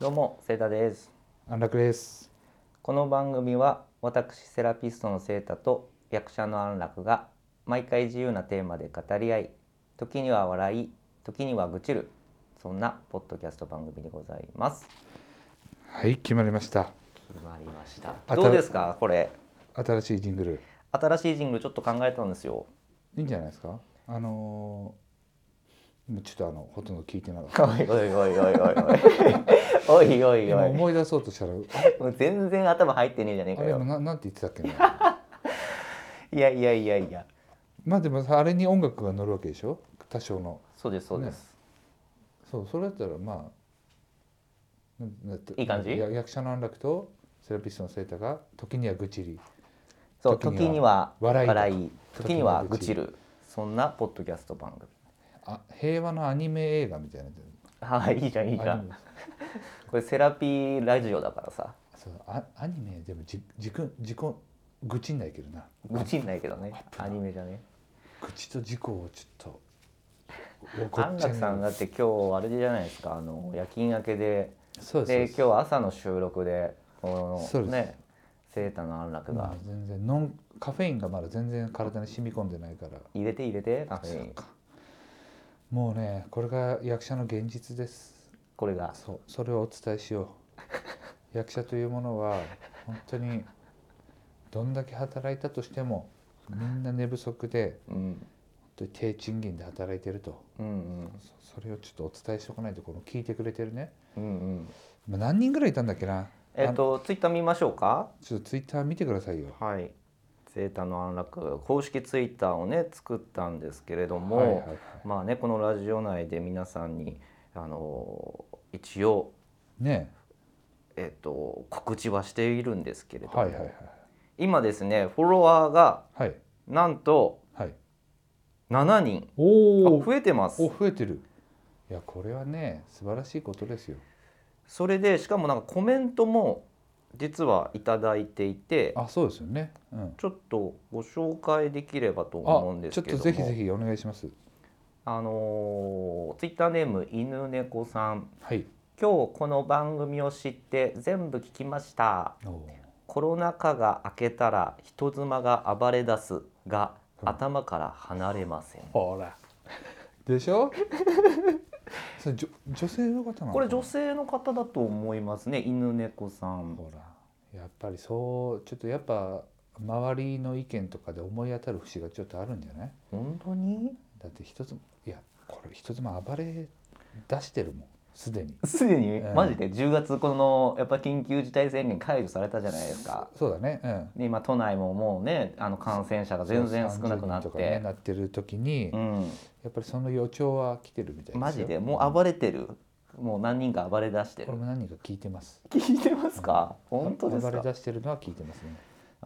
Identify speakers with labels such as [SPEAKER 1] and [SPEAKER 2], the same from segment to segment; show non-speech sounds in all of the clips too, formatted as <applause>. [SPEAKER 1] どうもセータです
[SPEAKER 2] 安楽です。
[SPEAKER 1] この番組は私セラピストのセータと役者の安楽が毎回自由なテーマで語り合い時には笑い時には愚痴るそんなポッドキャスト番組でございます
[SPEAKER 2] はい、決まりました。
[SPEAKER 1] 決まりました
[SPEAKER 2] た
[SPEAKER 1] どうですかこれ
[SPEAKER 2] 新しいジングル。
[SPEAKER 1] 新しいジングルちょっと考えたんですよ
[SPEAKER 2] いいんじゃないですか。あのーもうちょっとあのほとんど聞いてなかった。
[SPEAKER 1] おいおいおい <laughs> おいおいおいおい
[SPEAKER 2] 今
[SPEAKER 1] おい
[SPEAKER 2] 思い出そうとしたら、
[SPEAKER 1] もう全然頭入ってねえじゃねえ
[SPEAKER 2] あ
[SPEAKER 1] か
[SPEAKER 2] れ
[SPEAKER 1] よ
[SPEAKER 2] ななんて言ってたっけね。
[SPEAKER 1] いやいやいやいや
[SPEAKER 2] まあでもさあれに音楽が乗るわけでしょ。多少の。
[SPEAKER 1] そうですそうです、
[SPEAKER 2] そう、それだったらまあ。なんなんて
[SPEAKER 1] いい感じ
[SPEAKER 2] や役者の安楽とセラピストのセータが時には愚痴り。
[SPEAKER 1] そう時
[SPEAKER 2] 時
[SPEAKER 1] に
[SPEAKER 2] に
[SPEAKER 1] は
[SPEAKER 2] 笑いとか
[SPEAKER 1] 笑い時には
[SPEAKER 2] 時には
[SPEAKER 1] 愚
[SPEAKER 2] 愚
[SPEAKER 1] 痴
[SPEAKER 2] 痴
[SPEAKER 1] るそんなポッドキャスト番組 <laughs>
[SPEAKER 2] あ平和のアニメ映画みたいな。
[SPEAKER 1] はいいいじゃんいいじゃ
[SPEAKER 2] アニ
[SPEAKER 1] ん
[SPEAKER 2] メ
[SPEAKER 1] これセラピーラジオだからさ
[SPEAKER 2] そうあアニメでもじじく自己愚痴んないけどな。
[SPEAKER 1] 愚痴んないけどねアニメじゃね
[SPEAKER 2] 口と事故をちょっと起こ
[SPEAKER 1] 安
[SPEAKER 2] っちゃ
[SPEAKER 1] 楽
[SPEAKER 2] う
[SPEAKER 1] さんだって今日あれじゃないですかあの夜勤明けで
[SPEAKER 2] そう
[SPEAKER 1] で
[SPEAKER 2] です
[SPEAKER 1] 今日朝の収録でこ
[SPEAKER 2] そ
[SPEAKER 1] の
[SPEAKER 2] うです
[SPEAKER 1] ねセータの安楽が
[SPEAKER 2] まあ全然ノンカフェインがまだ全然体に染み込んでないから
[SPEAKER 1] 入れて入れてカフ
[SPEAKER 2] そ
[SPEAKER 1] ェイ
[SPEAKER 2] う
[SPEAKER 1] ン
[SPEAKER 2] かもうねこれが役者の現実です
[SPEAKER 1] これが
[SPEAKER 2] そうそれをお伝えし
[SPEAKER 1] <laughs>
[SPEAKER 2] よう役者というものは本当にどんだけ働いたとしてもみんな寝不足で
[SPEAKER 1] うん
[SPEAKER 2] 本当に低賃金で働いてると
[SPEAKER 1] うん
[SPEAKER 2] そそれをちょっとお伝えしておかないとこの聞いてくれてるね、
[SPEAKER 1] うんうんうん
[SPEAKER 2] まあ、何人ぐらいいたんだっけな
[SPEAKER 1] えっとツイッター見ましょうか
[SPEAKER 2] ちょっとツイッター見てくださいよ
[SPEAKER 1] はい、ゼータの安楽公式ツイッターをね作ったんですけれども、
[SPEAKER 2] はいはいはい
[SPEAKER 1] まあねこのラジオ内で皆さんにあの一応
[SPEAKER 2] ね
[SPEAKER 1] えっと告知はしているんですけれども、
[SPEAKER 2] はいはいはい
[SPEAKER 1] 今ですねフォロワーが
[SPEAKER 2] はい
[SPEAKER 1] なんと
[SPEAKER 2] はい
[SPEAKER 1] 7人
[SPEAKER 2] お
[SPEAKER 1] あ
[SPEAKER 2] お
[SPEAKER 1] 増えてます
[SPEAKER 2] お増えてるいやこれはね素晴らしいことですよ
[SPEAKER 1] それでしかもなんかコメントも実はいただいていて
[SPEAKER 2] あそうですよね、うん、
[SPEAKER 1] ちょっとご紹介できればと思うんで
[SPEAKER 2] あち
[SPEAKER 1] す
[SPEAKER 2] ょっ
[SPEAKER 1] けれど
[SPEAKER 2] と
[SPEAKER 1] も
[SPEAKER 2] ぜひぜひお願いします
[SPEAKER 1] あのツイッター Twitter ネーム犬猫さん
[SPEAKER 2] はい
[SPEAKER 1] 今日この番組を知って全部聞きました
[SPEAKER 2] おお
[SPEAKER 1] コロナ禍が明けたら人妻が暴れ出すが
[SPEAKER 2] うん
[SPEAKER 1] 頭から離れません、
[SPEAKER 2] ほらでし <laughs> ょそれ女女性の方なの
[SPEAKER 1] これ女性の方だと思いますね犬猫さん
[SPEAKER 2] ほらやっぱりそうちょっとやっぱ周りの意見とかで思い当たる節がちょっとあるんじゃない
[SPEAKER 1] 本当に
[SPEAKER 2] だって一つもいやこれ一つも暴れ出してるもんすでに
[SPEAKER 1] すでに、
[SPEAKER 2] うん
[SPEAKER 1] マジで10月このやっぱ緊急事態宣言解除されたじゃないですか
[SPEAKER 2] そうだねうん
[SPEAKER 1] で今都内ももうねあの感染者が全然少なくなっ
[SPEAKER 2] 30人とかね
[SPEAKER 1] て、
[SPEAKER 2] なってる時に、
[SPEAKER 1] う
[SPEAKER 2] や
[SPEAKER 1] ん、
[SPEAKER 2] っぱりその予兆は来てるみたいですよ
[SPEAKER 1] マジでもう暴れてるもう何人か暴れ出して
[SPEAKER 2] こ
[SPEAKER 1] る
[SPEAKER 2] れも何人か聞いてます
[SPEAKER 1] 聞いてますか本当です
[SPEAKER 2] 暴れ
[SPEAKER 1] か
[SPEAKER 2] 出してるのは聞いてますね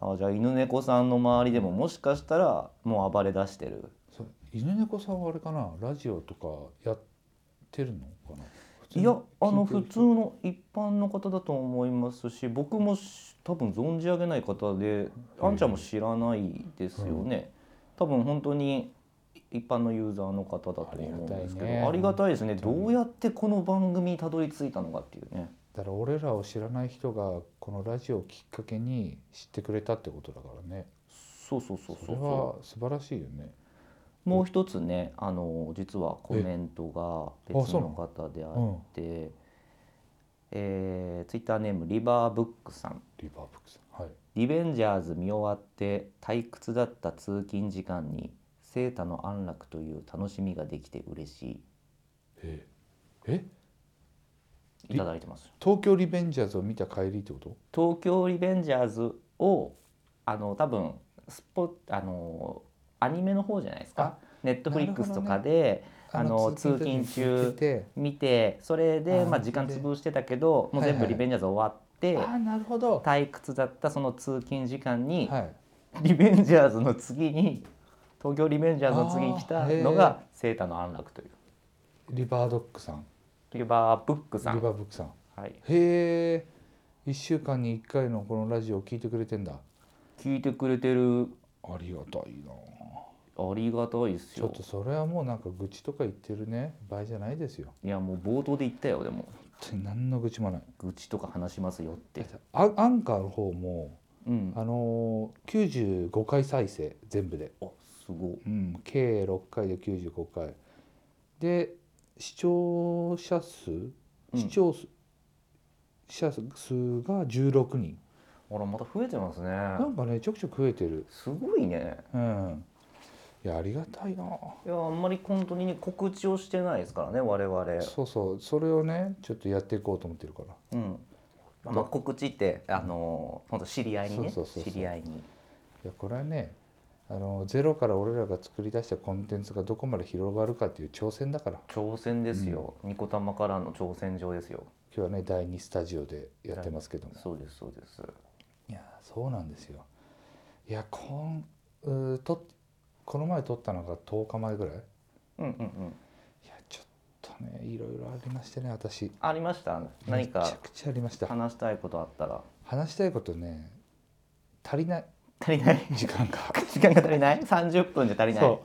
[SPEAKER 1] あじゃあ犬猫さんの周りでももしかしたらもう暴れ出してる
[SPEAKER 2] そう犬猫さんはあれかなラジオとかやってるのかない
[SPEAKER 1] やあの普通
[SPEAKER 2] に
[SPEAKER 1] の一般の方だと思いますし僕もし多分存じ上げない方であんちゃんも知らないですよね、多分本当に一般のユーザーの方だと思うんですけどあり,、
[SPEAKER 2] あり
[SPEAKER 1] が
[SPEAKER 2] が
[SPEAKER 1] たいですねどうやってこの番組にたどり着いたのかっていうね
[SPEAKER 2] だから俺らを知らない人がこのラジオをきっかけに知ってくれたってことだからね
[SPEAKER 1] そうそうそうそう
[SPEAKER 2] それは素晴らしいよね
[SPEAKER 1] もう一つねあの実はコメントが別の方であってえ、ーツイッターネームリバーブックさん
[SPEAKER 2] リバーブックさんはい
[SPEAKER 1] 「リベンジャーズ見終わって退屈だった通勤時間にセータの安楽という楽しみができて嬉し
[SPEAKER 2] ええ
[SPEAKER 1] い」いただいてます
[SPEAKER 2] 東京リベンジャーズを見た帰りってこと
[SPEAKER 1] 東京リベンジャーズをあの多分スポあのアニメの方じゃないですかネットフリックスとかであの通勤
[SPEAKER 2] 時に聞
[SPEAKER 1] 中
[SPEAKER 2] いてて
[SPEAKER 1] 見てそれで
[SPEAKER 2] あー
[SPEAKER 1] まあ時間潰してたけどもう全
[SPEAKER 2] はいは
[SPEAKER 1] 部
[SPEAKER 2] い
[SPEAKER 1] リベンジャーズ終わって、
[SPEAKER 2] あーなるほど
[SPEAKER 1] 退屈だったその通勤時間に、
[SPEAKER 2] はい
[SPEAKER 1] リベンジャーズの次に東京リベンジャーズの次に来た
[SPEAKER 2] あーへー
[SPEAKER 1] のがセータの安楽という
[SPEAKER 2] リバードックさん
[SPEAKER 1] リバーブックさ
[SPEAKER 2] リ
[SPEAKER 1] ん、
[SPEAKER 2] バーブックさん
[SPEAKER 1] はい、
[SPEAKER 2] へえ1週間に1回のこのラジオを聞いてくれてんだ
[SPEAKER 1] 聞いてくれてる
[SPEAKER 2] ありがたいな
[SPEAKER 1] ありがたいです
[SPEAKER 2] ちょ
[SPEAKER 1] よ
[SPEAKER 2] っとそれはもうなんか愚痴とか言ってるね場合じゃないですよ
[SPEAKER 1] いやもう冒頭で言ったよでも
[SPEAKER 2] 当に何の愚痴もない
[SPEAKER 1] 愚痴とか話しますよって。
[SPEAKER 2] あアンカーの方も
[SPEAKER 1] うん。
[SPEAKER 2] あのー、95回再生全部で、
[SPEAKER 1] あ、すごい。
[SPEAKER 2] うん、計6回で95回で視聴者数
[SPEAKER 1] ん
[SPEAKER 2] 視聴数者数が16人、
[SPEAKER 1] あら、また増えてますね。
[SPEAKER 2] なんかねちょくちょく増えてる
[SPEAKER 1] すごいね。
[SPEAKER 2] うんいやありがたいない
[SPEAKER 1] や、あんまり本当にね、告知をしてないですからね、我々。
[SPEAKER 2] そうそうそれをねちょっとやっていこうと思ってるから
[SPEAKER 1] うん。まあ、告知って、あのー、本当知り合いにね、
[SPEAKER 2] そうそうそうそう
[SPEAKER 1] 知り合いに。
[SPEAKER 2] いやこれはねあのゼロから俺らが作り出したコンテンツがどこまで広がるかっていう挑戦だから
[SPEAKER 1] 挑戦ですよ。ニコ玉からの挑戦状ですよ。
[SPEAKER 2] 今日はね第2スタジオでやってますけども、
[SPEAKER 1] そうです、そうです。
[SPEAKER 2] いやそうなんですよいやこんうーとこの前撮ったのが10日前ぐらいい
[SPEAKER 1] うんうんうん。
[SPEAKER 2] やちょっとねいろいろありましてね私
[SPEAKER 1] ありました。何
[SPEAKER 2] めちゃ
[SPEAKER 1] か
[SPEAKER 2] くちゃありました
[SPEAKER 1] 話したいことあったら。
[SPEAKER 2] 話したいことね足りない
[SPEAKER 1] 足りない。 <laughs>
[SPEAKER 2] 時間が
[SPEAKER 1] 時間が足りない。三十分じゃ足りない。
[SPEAKER 2] そう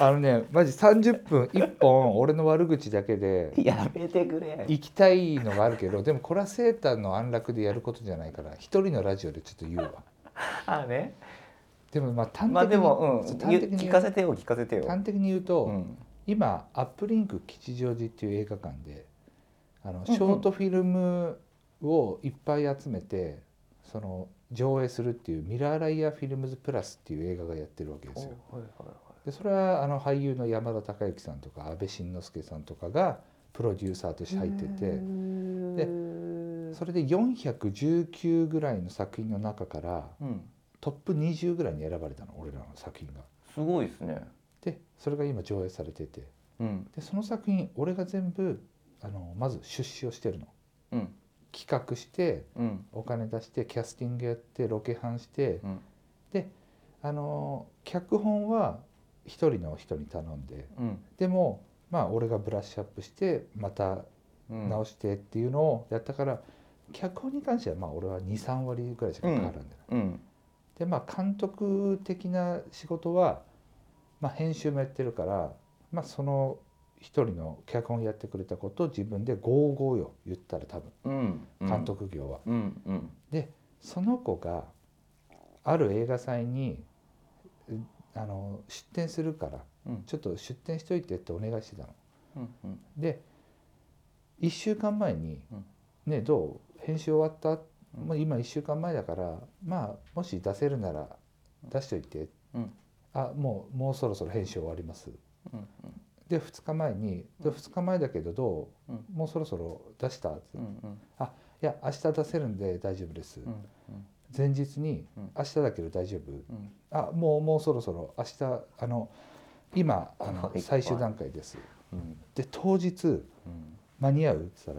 [SPEAKER 2] あのねマジ30分1本俺の悪口だけで
[SPEAKER 1] やめてくれ。
[SPEAKER 2] 行きたいのがあるけどでもこれはセーターの安楽でやることじゃないから一人のラジオでちょっと言うわ
[SPEAKER 1] あね。
[SPEAKER 2] でもまあ端的に、
[SPEAKER 1] まあでも、う、
[SPEAKER 2] そうん端
[SPEAKER 1] ゆ
[SPEAKER 2] 的に
[SPEAKER 1] 聞
[SPEAKER 2] 言う
[SPEAKER 1] かせてよ、聞かせてよ。
[SPEAKER 2] 端的に言うと、
[SPEAKER 1] うん。
[SPEAKER 2] 今アップリンク吉祥寺っていう映画館であの
[SPEAKER 1] うん
[SPEAKER 2] ショートフィルムをいっぱい集めて、その上映するっていうミラーライアーフィルムズプラスっていう映画がやってるわけですよ。
[SPEAKER 1] はいはいはい。
[SPEAKER 2] でそれはあの俳優の山田孝之さんとか阿部慎之助さんとかがプロデューサーとして入っててでそれで419ぐらいの作品の中から
[SPEAKER 1] うん。
[SPEAKER 2] トップ20ぐらいに選ばれたの俺らの作品が。
[SPEAKER 1] すごいですね。
[SPEAKER 2] でそれが今上映されてて
[SPEAKER 1] うん。
[SPEAKER 2] でその作品俺が全部あのまず出資をしてるの
[SPEAKER 1] うん。
[SPEAKER 2] 企画して
[SPEAKER 1] うん。
[SPEAKER 2] お金出してキャスティングやってロケハンして
[SPEAKER 1] うん。
[SPEAKER 2] あの脚本は一人の人に頼んで
[SPEAKER 1] うん。
[SPEAKER 2] でもまあ俺がブラッシュアップしてまた
[SPEAKER 1] うん。
[SPEAKER 2] 直してっていうのをやったから、脚本に関してはまあ俺は23割ぐらいしかかからんでない、
[SPEAKER 1] うん。
[SPEAKER 2] でまあ監督的な仕事は、まあ、編集もやってるから、まあ、その一人の脚本やってくれたことを自分で「ゴーゴーよ」言ったら多分
[SPEAKER 1] うん。
[SPEAKER 2] 監。督業は、
[SPEAKER 1] うん。うん。
[SPEAKER 2] その子がある映画祭にうあの出展するから、
[SPEAKER 1] うん
[SPEAKER 2] ちょっと出展しといてってお願いしてたの。
[SPEAKER 1] うん。うん。
[SPEAKER 2] で1週間前に
[SPEAKER 1] うん
[SPEAKER 2] 「ねえどう編集終わった?」
[SPEAKER 1] うん
[SPEAKER 2] まあ今1週間前だからまあもし出せるなら出しといて」
[SPEAKER 1] うん
[SPEAKER 2] あもうもうそろそろ編集終わります」
[SPEAKER 1] うん。
[SPEAKER 2] で2日前に「で2日前だけどどう、
[SPEAKER 1] うん
[SPEAKER 2] もうそろそろ出した?」って、
[SPEAKER 1] う
[SPEAKER 2] い
[SPEAKER 1] ん。うん。
[SPEAKER 2] や明日出せるんで大丈夫です」
[SPEAKER 1] うん。
[SPEAKER 2] 前日に
[SPEAKER 1] うん
[SPEAKER 2] 「明日だけど大丈夫」
[SPEAKER 1] うん。
[SPEAKER 2] あもうもうそろそろ明日あの今あの
[SPEAKER 1] 怖い
[SPEAKER 2] 最終段階です」
[SPEAKER 1] うん。
[SPEAKER 2] で当日
[SPEAKER 1] うん。
[SPEAKER 2] 間に合うって言っ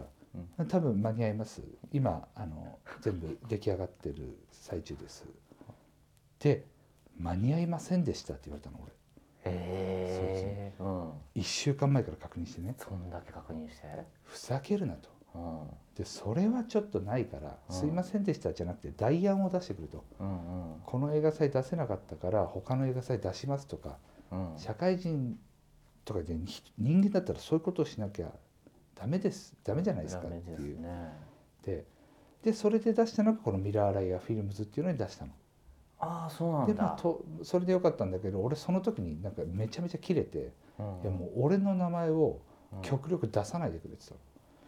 [SPEAKER 2] たら、多分間に合います今あの全部出来上がってる最中ですで間に合いませんでしたって言われたの俺
[SPEAKER 1] ええ。うん。
[SPEAKER 2] 1週間前から確認してね
[SPEAKER 1] そんだけ確認して。
[SPEAKER 2] ふざけるなと
[SPEAKER 1] うん。
[SPEAKER 2] でそれはちょっとないから「
[SPEAKER 1] うん
[SPEAKER 2] すいませんでした」じゃなくて代案を出してくると
[SPEAKER 1] うん。うん
[SPEAKER 2] この映画祭出せなかったから他の映画祭出しますとか。
[SPEAKER 1] うん。
[SPEAKER 2] 社会人とかでひ人間だったらそういうことをしなきゃダメですダメじゃないですかっ
[SPEAKER 1] ダ
[SPEAKER 2] て
[SPEAKER 1] メです
[SPEAKER 2] いう
[SPEAKER 1] ね。
[SPEAKER 2] ででそれで出したのがこのミラーライアーフィルムズっていうのに出したの。
[SPEAKER 1] ああ、そうな
[SPEAKER 2] で
[SPEAKER 1] ん
[SPEAKER 2] まあ
[SPEAKER 1] だ。
[SPEAKER 2] とそれでよかったんだけど俺その時になんかめちゃめちゃキレて、
[SPEAKER 1] うん
[SPEAKER 2] いやもう俺の名前を
[SPEAKER 1] うん
[SPEAKER 2] 極力出さないでくれって言っ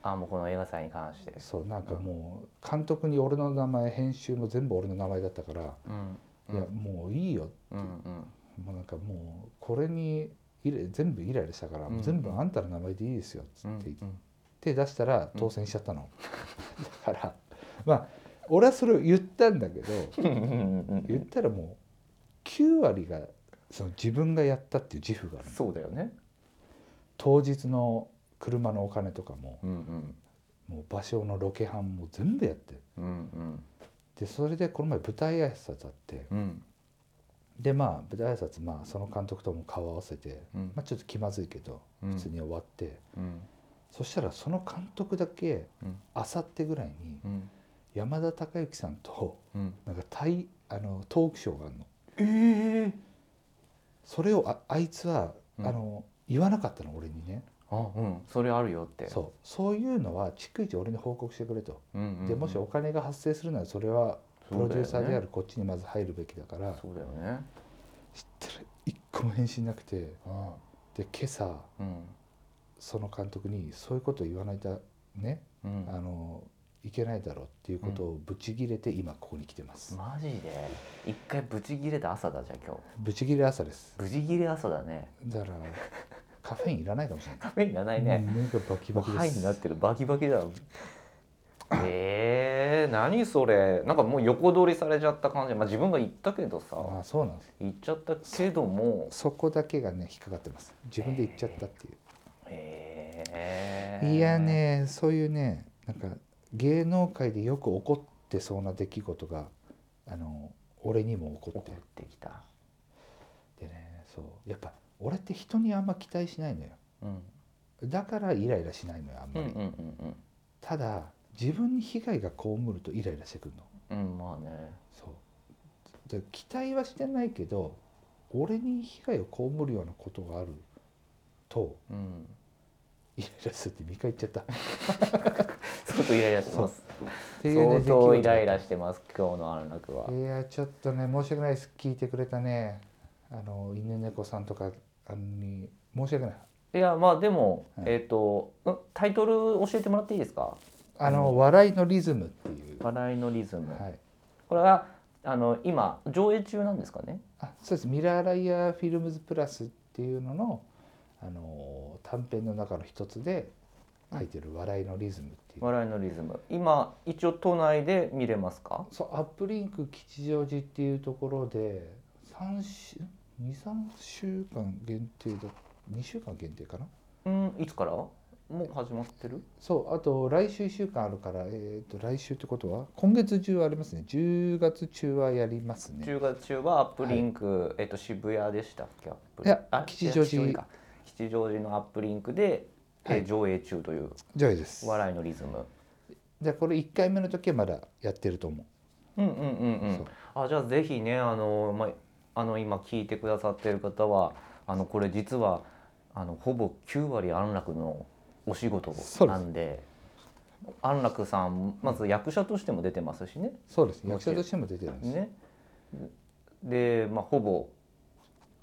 [SPEAKER 1] あもうこの映画祭に関して
[SPEAKER 2] たの、。そうなんかもう監督に俺の名前編集も全部俺の名前だったから、
[SPEAKER 1] うん。
[SPEAKER 2] いやもういいよ
[SPEAKER 1] うんうん
[SPEAKER 2] もうなんかもうこれにイラ全部イライラしたから、
[SPEAKER 1] うん
[SPEAKER 2] 全部あんたの名前でいいですよっつ
[SPEAKER 1] う
[SPEAKER 2] っ
[SPEAKER 1] ん
[SPEAKER 2] て言って
[SPEAKER 1] うん
[SPEAKER 2] 手出したら当選しちゃったの、 <laughs> だからまあ俺はそれを言ったんだけど言ったらもう9割がその自分がやったっていう自負がある
[SPEAKER 1] そうだよね。
[SPEAKER 2] 当日の車のお金とかも
[SPEAKER 1] うん
[SPEAKER 2] もう場所のロケハンも全部やって
[SPEAKER 1] うんうん
[SPEAKER 2] でそれでこの前舞台挨拶あって
[SPEAKER 1] うんうん
[SPEAKER 2] でまあ舞台挨拶まあその監督とも顔合わせて、
[SPEAKER 1] うん
[SPEAKER 2] まあ、ちょっと気まずいけど
[SPEAKER 1] うん
[SPEAKER 2] 普通に終わって、
[SPEAKER 1] うん
[SPEAKER 2] そしたらその監督だけ
[SPEAKER 1] うん
[SPEAKER 2] あさってぐらいに
[SPEAKER 1] うん
[SPEAKER 2] 山田孝之さんと
[SPEAKER 1] うん。
[SPEAKER 2] なんか対あのトークショーがあるの
[SPEAKER 1] ええ。
[SPEAKER 2] それをああいつは、
[SPEAKER 1] うん
[SPEAKER 2] あの言わなかったの俺にね
[SPEAKER 1] ああうんそれあるよって
[SPEAKER 2] そうそういうのは逐一俺に報告してくれと、
[SPEAKER 1] う、うんうんうん
[SPEAKER 2] でもしお金が発生するならそれはプロデューサーであるこっちにまず入るべきだから
[SPEAKER 1] そうだよね
[SPEAKER 2] 知ってる一個も返信なくて
[SPEAKER 1] そ
[SPEAKER 2] で今朝
[SPEAKER 1] うだよね
[SPEAKER 2] その監督にそういうこと言わないとね
[SPEAKER 1] うんうん
[SPEAKER 2] あのいけないだろうっていうことをブチギレて今ここに来てます、
[SPEAKER 1] マジで一回ブチギレた朝だじゃあ今日
[SPEAKER 2] ブチギレ朝です
[SPEAKER 1] ブチギレ朝だね
[SPEAKER 2] だ
[SPEAKER 1] <laughs>
[SPEAKER 2] からカフェインいらないかもしれない
[SPEAKER 1] カフェインいらないね、
[SPEAKER 2] 目がバキ
[SPEAKER 1] も
[SPEAKER 2] バ
[SPEAKER 1] う
[SPEAKER 2] キ
[SPEAKER 1] ハ
[SPEAKER 2] で
[SPEAKER 1] イになっ
[SPEAKER 2] す
[SPEAKER 1] てるバキバキだよえー、何それなんかもう横取りされちゃった感じ、まあ、自分が言ったけどさ
[SPEAKER 2] ああそうなんです
[SPEAKER 1] 言っちゃったけども
[SPEAKER 2] そこだけがね引っかかってます自分で言っちゃったっていう、
[SPEAKER 1] えー、
[SPEAKER 2] いやねそういうねなんか芸能界でよく起こってそうな出来事があの俺にも起こっ
[SPEAKER 1] 怒
[SPEAKER 2] て
[SPEAKER 1] ってきた
[SPEAKER 2] でねそうやっぱ俺って人にあんま期待しないのよ
[SPEAKER 1] うん
[SPEAKER 2] だからイライラしないのよあん
[SPEAKER 1] うん
[SPEAKER 2] まり、
[SPEAKER 1] うんうん
[SPEAKER 2] ただ自分に被害が被るとイライラしてくるの
[SPEAKER 1] うんうんまあね
[SPEAKER 2] そうで期待はしてないけど俺に被害を被るようなことがあると
[SPEAKER 1] うん
[SPEAKER 2] イライラするって見返っちゃったっ
[SPEAKER 1] 相当イライラしてます
[SPEAKER 2] ていうね
[SPEAKER 1] 相当イライ
[SPEAKER 2] 出来事だっ
[SPEAKER 1] ラしてます今日の安楽は
[SPEAKER 2] たいやちょっとね申し訳ないです聞いてくれたねあの犬猫さんとかあんに申し訳ない
[SPEAKER 1] いやまあでも、
[SPEAKER 2] はい
[SPEAKER 1] えっ、とんタイトル教えてもらっていいですか
[SPEAKER 2] あの、笑いのリズムっていう、
[SPEAKER 1] 笑いのリズム、
[SPEAKER 2] はい、
[SPEAKER 1] これはあの今上映中なんですかね
[SPEAKER 2] あそうですミラーライアーフィルムズプラスっていうのの、あのー短編の中の一つで書いてる「笑いのリズム」っていう、
[SPEAKER 1] 笑いのリズム今一応都内で見れますか
[SPEAKER 2] そうアップリンク吉祥寺っていうところで3週23週間限定だ2週間限定かな
[SPEAKER 1] うんいつからもう始まってる
[SPEAKER 2] そうあと来週1週間あるから、えー、と来週ってことは今月中はありますね10月中はやりますね
[SPEAKER 1] 10月中はアップリンク、えっと渋谷でしたっけアップリンク
[SPEAKER 2] いや
[SPEAKER 1] あ
[SPEAKER 2] 吉祥寺
[SPEAKER 1] いやか吉祥寺のアップリンクで、えー
[SPEAKER 2] はい
[SPEAKER 1] 上映中という
[SPEAKER 2] ジョイです
[SPEAKER 1] 笑いのリズム
[SPEAKER 2] じゃあこれ1回目の時はまだやってると思う
[SPEAKER 1] うんうんうんう
[SPEAKER 2] そうん
[SPEAKER 1] あじゃあぜひねあの、まあ、あの今聞いてくださってる方はあのこれ実はあのほぼ9割安楽のお仕事
[SPEAKER 2] そうで
[SPEAKER 1] な
[SPEAKER 2] す
[SPEAKER 1] んで安楽さんまず役者としても出てますしね。
[SPEAKER 2] そうです役者としても出てるんです、
[SPEAKER 1] ねで、まあ、ほぼ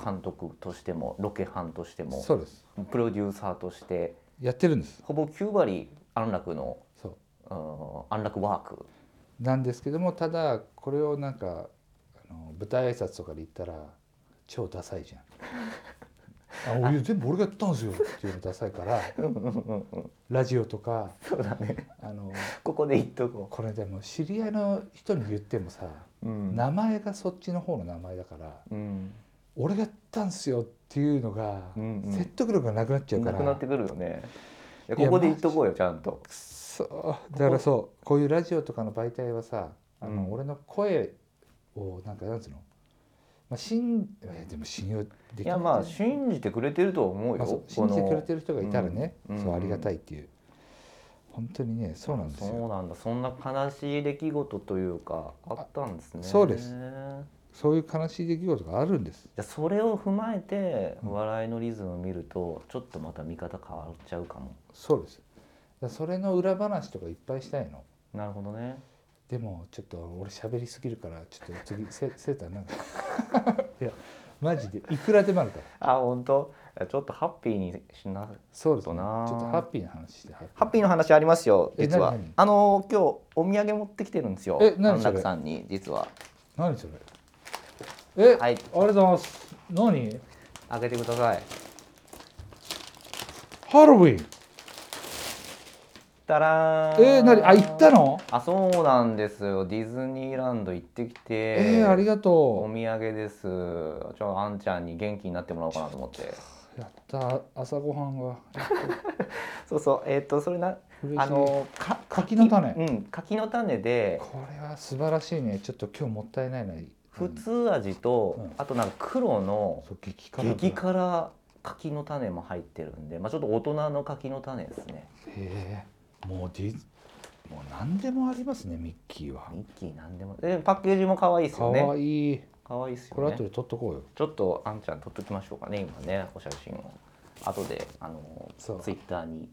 [SPEAKER 1] 監督としてもロケ班としても
[SPEAKER 2] そうです
[SPEAKER 1] プロデューサーとして
[SPEAKER 2] やってるんです
[SPEAKER 1] ほぼ9割安楽の、
[SPEAKER 2] そう
[SPEAKER 1] うん、安楽ワーク。
[SPEAKER 2] なんですけどもただこれをなんかあの舞台挨拶とかで言ったら超ダサいじゃ <laughs> ん。あお湯全部俺がやったんですよっていうのダサいからラジオとか
[SPEAKER 1] そうだね
[SPEAKER 2] あの
[SPEAKER 1] ここで言っとこ
[SPEAKER 2] これでも知り合いの人に言ってもさ
[SPEAKER 1] う。うん
[SPEAKER 2] 名前がそっちの方の名前だから
[SPEAKER 1] うん、
[SPEAKER 2] 俺がやったんですよっていうのが
[SPEAKER 1] うんうん
[SPEAKER 2] 説得力がなくなっちゃうか
[SPEAKER 1] なくな
[SPEAKER 2] ら
[SPEAKER 1] ってくるよねいや
[SPEAKER 2] いや
[SPEAKER 1] ここで言っとこうよちゃんと
[SPEAKER 2] くそだからそうこういうラジオとかの媒体はさあの、
[SPEAKER 1] うん
[SPEAKER 2] 俺の声をなんかなんつうの、まあ、信えでも信用できない
[SPEAKER 1] いやまあ
[SPEAKER 2] じ
[SPEAKER 1] 信じてくれてるとは思
[SPEAKER 2] ゃ
[SPEAKER 1] うんよ
[SPEAKER 2] まあそう
[SPEAKER 1] こ
[SPEAKER 2] 信
[SPEAKER 1] の
[SPEAKER 2] じてくれてる人がいたらね、
[SPEAKER 1] うん
[SPEAKER 2] そう
[SPEAKER 1] うん
[SPEAKER 2] ありがたいっていう本当にねそうなんです
[SPEAKER 1] そう
[SPEAKER 2] よ
[SPEAKER 1] なんだそんな悲しい出来事というかあったんですね
[SPEAKER 2] そうです
[SPEAKER 1] じゃ
[SPEAKER 2] そういう悲しい出来事があるんです
[SPEAKER 1] あそれを踏まえて
[SPEAKER 2] うん
[SPEAKER 1] 笑いのリズムを見るとちょっとまた見方変わっちゃうかも
[SPEAKER 2] そうですだからそれの裏話とかいっぱいしたいの
[SPEAKER 1] なるほどね
[SPEAKER 2] でもちょっと俺喋りすぎるからちょっと次セセーターなんか <laughs> いやマジでいくらでもあるから
[SPEAKER 1] あ本当ちょっとハッピーにしな
[SPEAKER 2] そうです
[SPEAKER 1] そうだ
[SPEAKER 2] ねちょ
[SPEAKER 1] な
[SPEAKER 2] っとハッピーな話してハッピー
[SPEAKER 1] ハッピーの話ありますよ
[SPEAKER 2] え
[SPEAKER 1] 実は
[SPEAKER 2] 何何
[SPEAKER 1] あの今日お土産持ってきてるんですよ
[SPEAKER 2] え何
[SPEAKER 1] 安
[SPEAKER 2] それ
[SPEAKER 1] 楽さんに実は
[SPEAKER 2] 何それえ、
[SPEAKER 1] はい
[SPEAKER 2] ありがとうございます何
[SPEAKER 1] 開けてください
[SPEAKER 2] ハロウィン
[SPEAKER 1] たらーん
[SPEAKER 2] えー、何あ行ったの
[SPEAKER 1] あそうなんですよディズニーランド行ってきて
[SPEAKER 2] えー、ありが
[SPEAKER 1] お
[SPEAKER 2] と
[SPEAKER 1] 土産ですちょっとあんちゃんに元気になってもらおうかなと思って
[SPEAKER 2] うやった朝ごはんが
[SPEAKER 1] そうそうえっ、とそれな
[SPEAKER 2] 嬉しい
[SPEAKER 1] あのか
[SPEAKER 2] 柿の種
[SPEAKER 1] うん柿の種で
[SPEAKER 2] これは素晴らしいねちょっと今日もったいないな
[SPEAKER 1] 普通味と、
[SPEAKER 2] うん
[SPEAKER 1] あとなんか黒の
[SPEAKER 2] そう激辛だ
[SPEAKER 1] 激辛柿の種も入ってるんで、まあ、ちょっと大人の柿の種ですね
[SPEAKER 2] へえもうディズもう何でもありますねミッキーは
[SPEAKER 1] ミッキーなんでもでパッケージも可愛いです
[SPEAKER 2] か
[SPEAKER 1] よね
[SPEAKER 2] わいい
[SPEAKER 1] 可愛いです
[SPEAKER 2] これ
[SPEAKER 1] よ
[SPEAKER 2] 後
[SPEAKER 1] ね
[SPEAKER 2] で撮っとこうよ
[SPEAKER 1] ちょっとあんちゃん撮っときましょうかね今ねお写真を後であの
[SPEAKER 2] そう
[SPEAKER 1] ツイッターに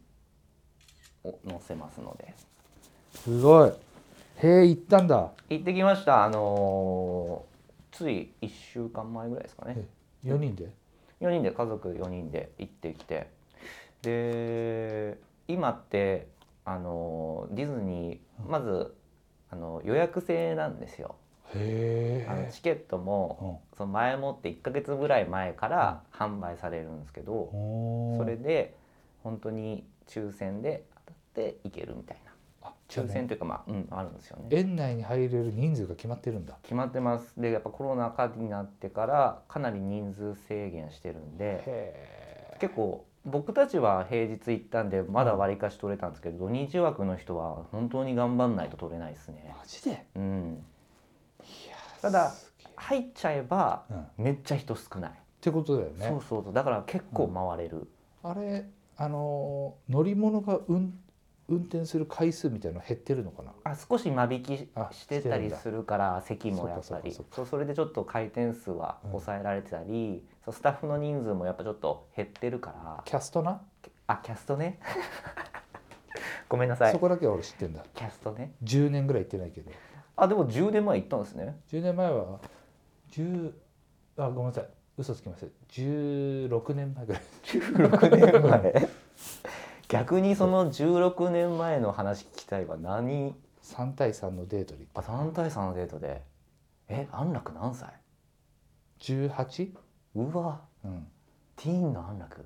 [SPEAKER 1] お載せますのです
[SPEAKER 2] ごいへえ行ったんだ
[SPEAKER 1] 行ってきましたあのーつい1週間前ぐらいですかね
[SPEAKER 2] え4人で
[SPEAKER 1] 4人で家族4人で行ってきてで今ってあのーディズニーまずあの予約制なんですよ
[SPEAKER 2] へ
[SPEAKER 1] あの
[SPEAKER 2] え
[SPEAKER 1] チケットもその前もって1ヶ月ぐらい前から販売されるんですけどそれで本当に抽選で当たっていけるみたいな抽選というかまあ、うん、あるんですよね
[SPEAKER 2] 園内に入れる人数が決まってるんだ
[SPEAKER 1] 決まってますでやっぱコロナ禍になってからかなり人数制限してるんで
[SPEAKER 2] へ
[SPEAKER 1] 結構僕たちは平日行ったんでまだ割りかし取れたんですけど土日枠の人は本当に頑張んないと取れないです
[SPEAKER 2] え
[SPEAKER 1] ね
[SPEAKER 2] マジでいや
[SPEAKER 1] うん
[SPEAKER 2] ー
[SPEAKER 1] ただ
[SPEAKER 2] すげえ
[SPEAKER 1] 入っちゃえば
[SPEAKER 2] うんっ
[SPEAKER 1] めっちゃ人少ない、
[SPEAKER 2] てことだよね
[SPEAKER 1] そうそうそうだから結構回れる、
[SPEAKER 2] あれあのー乗り物が運運転する回数みたいなの減ってるのかな
[SPEAKER 1] あ少し間引きし
[SPEAKER 2] あ
[SPEAKER 1] してた
[SPEAKER 2] してるん
[SPEAKER 1] り
[SPEAKER 2] だ
[SPEAKER 1] するから席もやっ
[SPEAKER 2] そう
[SPEAKER 1] ぱ
[SPEAKER 2] かそう
[SPEAKER 1] り
[SPEAKER 2] かそ
[SPEAKER 1] そうう
[SPEAKER 2] か
[SPEAKER 1] それでちょっと回転数は抑えられてたり、そうスタッフの人数もやっぱちょっと減ってるから
[SPEAKER 2] キャストな、
[SPEAKER 1] あキャストね <laughs> ごめんなさい
[SPEAKER 2] そこだけは俺知ってんだ
[SPEAKER 1] キャストね
[SPEAKER 2] 10年ぐらい行ってないけど
[SPEAKER 1] あでも10年前行ったんですね
[SPEAKER 2] 10年前は10あごめんなさい嘘つきました16年前ぐらい
[SPEAKER 1] 16年前 <laughs> 逆にその16年前の話聞きたいわ何
[SPEAKER 2] 3対3のデートに
[SPEAKER 1] あ3対3のデートでえ安楽何歳
[SPEAKER 2] 18?
[SPEAKER 1] うわ
[SPEAKER 2] うん
[SPEAKER 1] ティーンの安楽
[SPEAKER 2] っ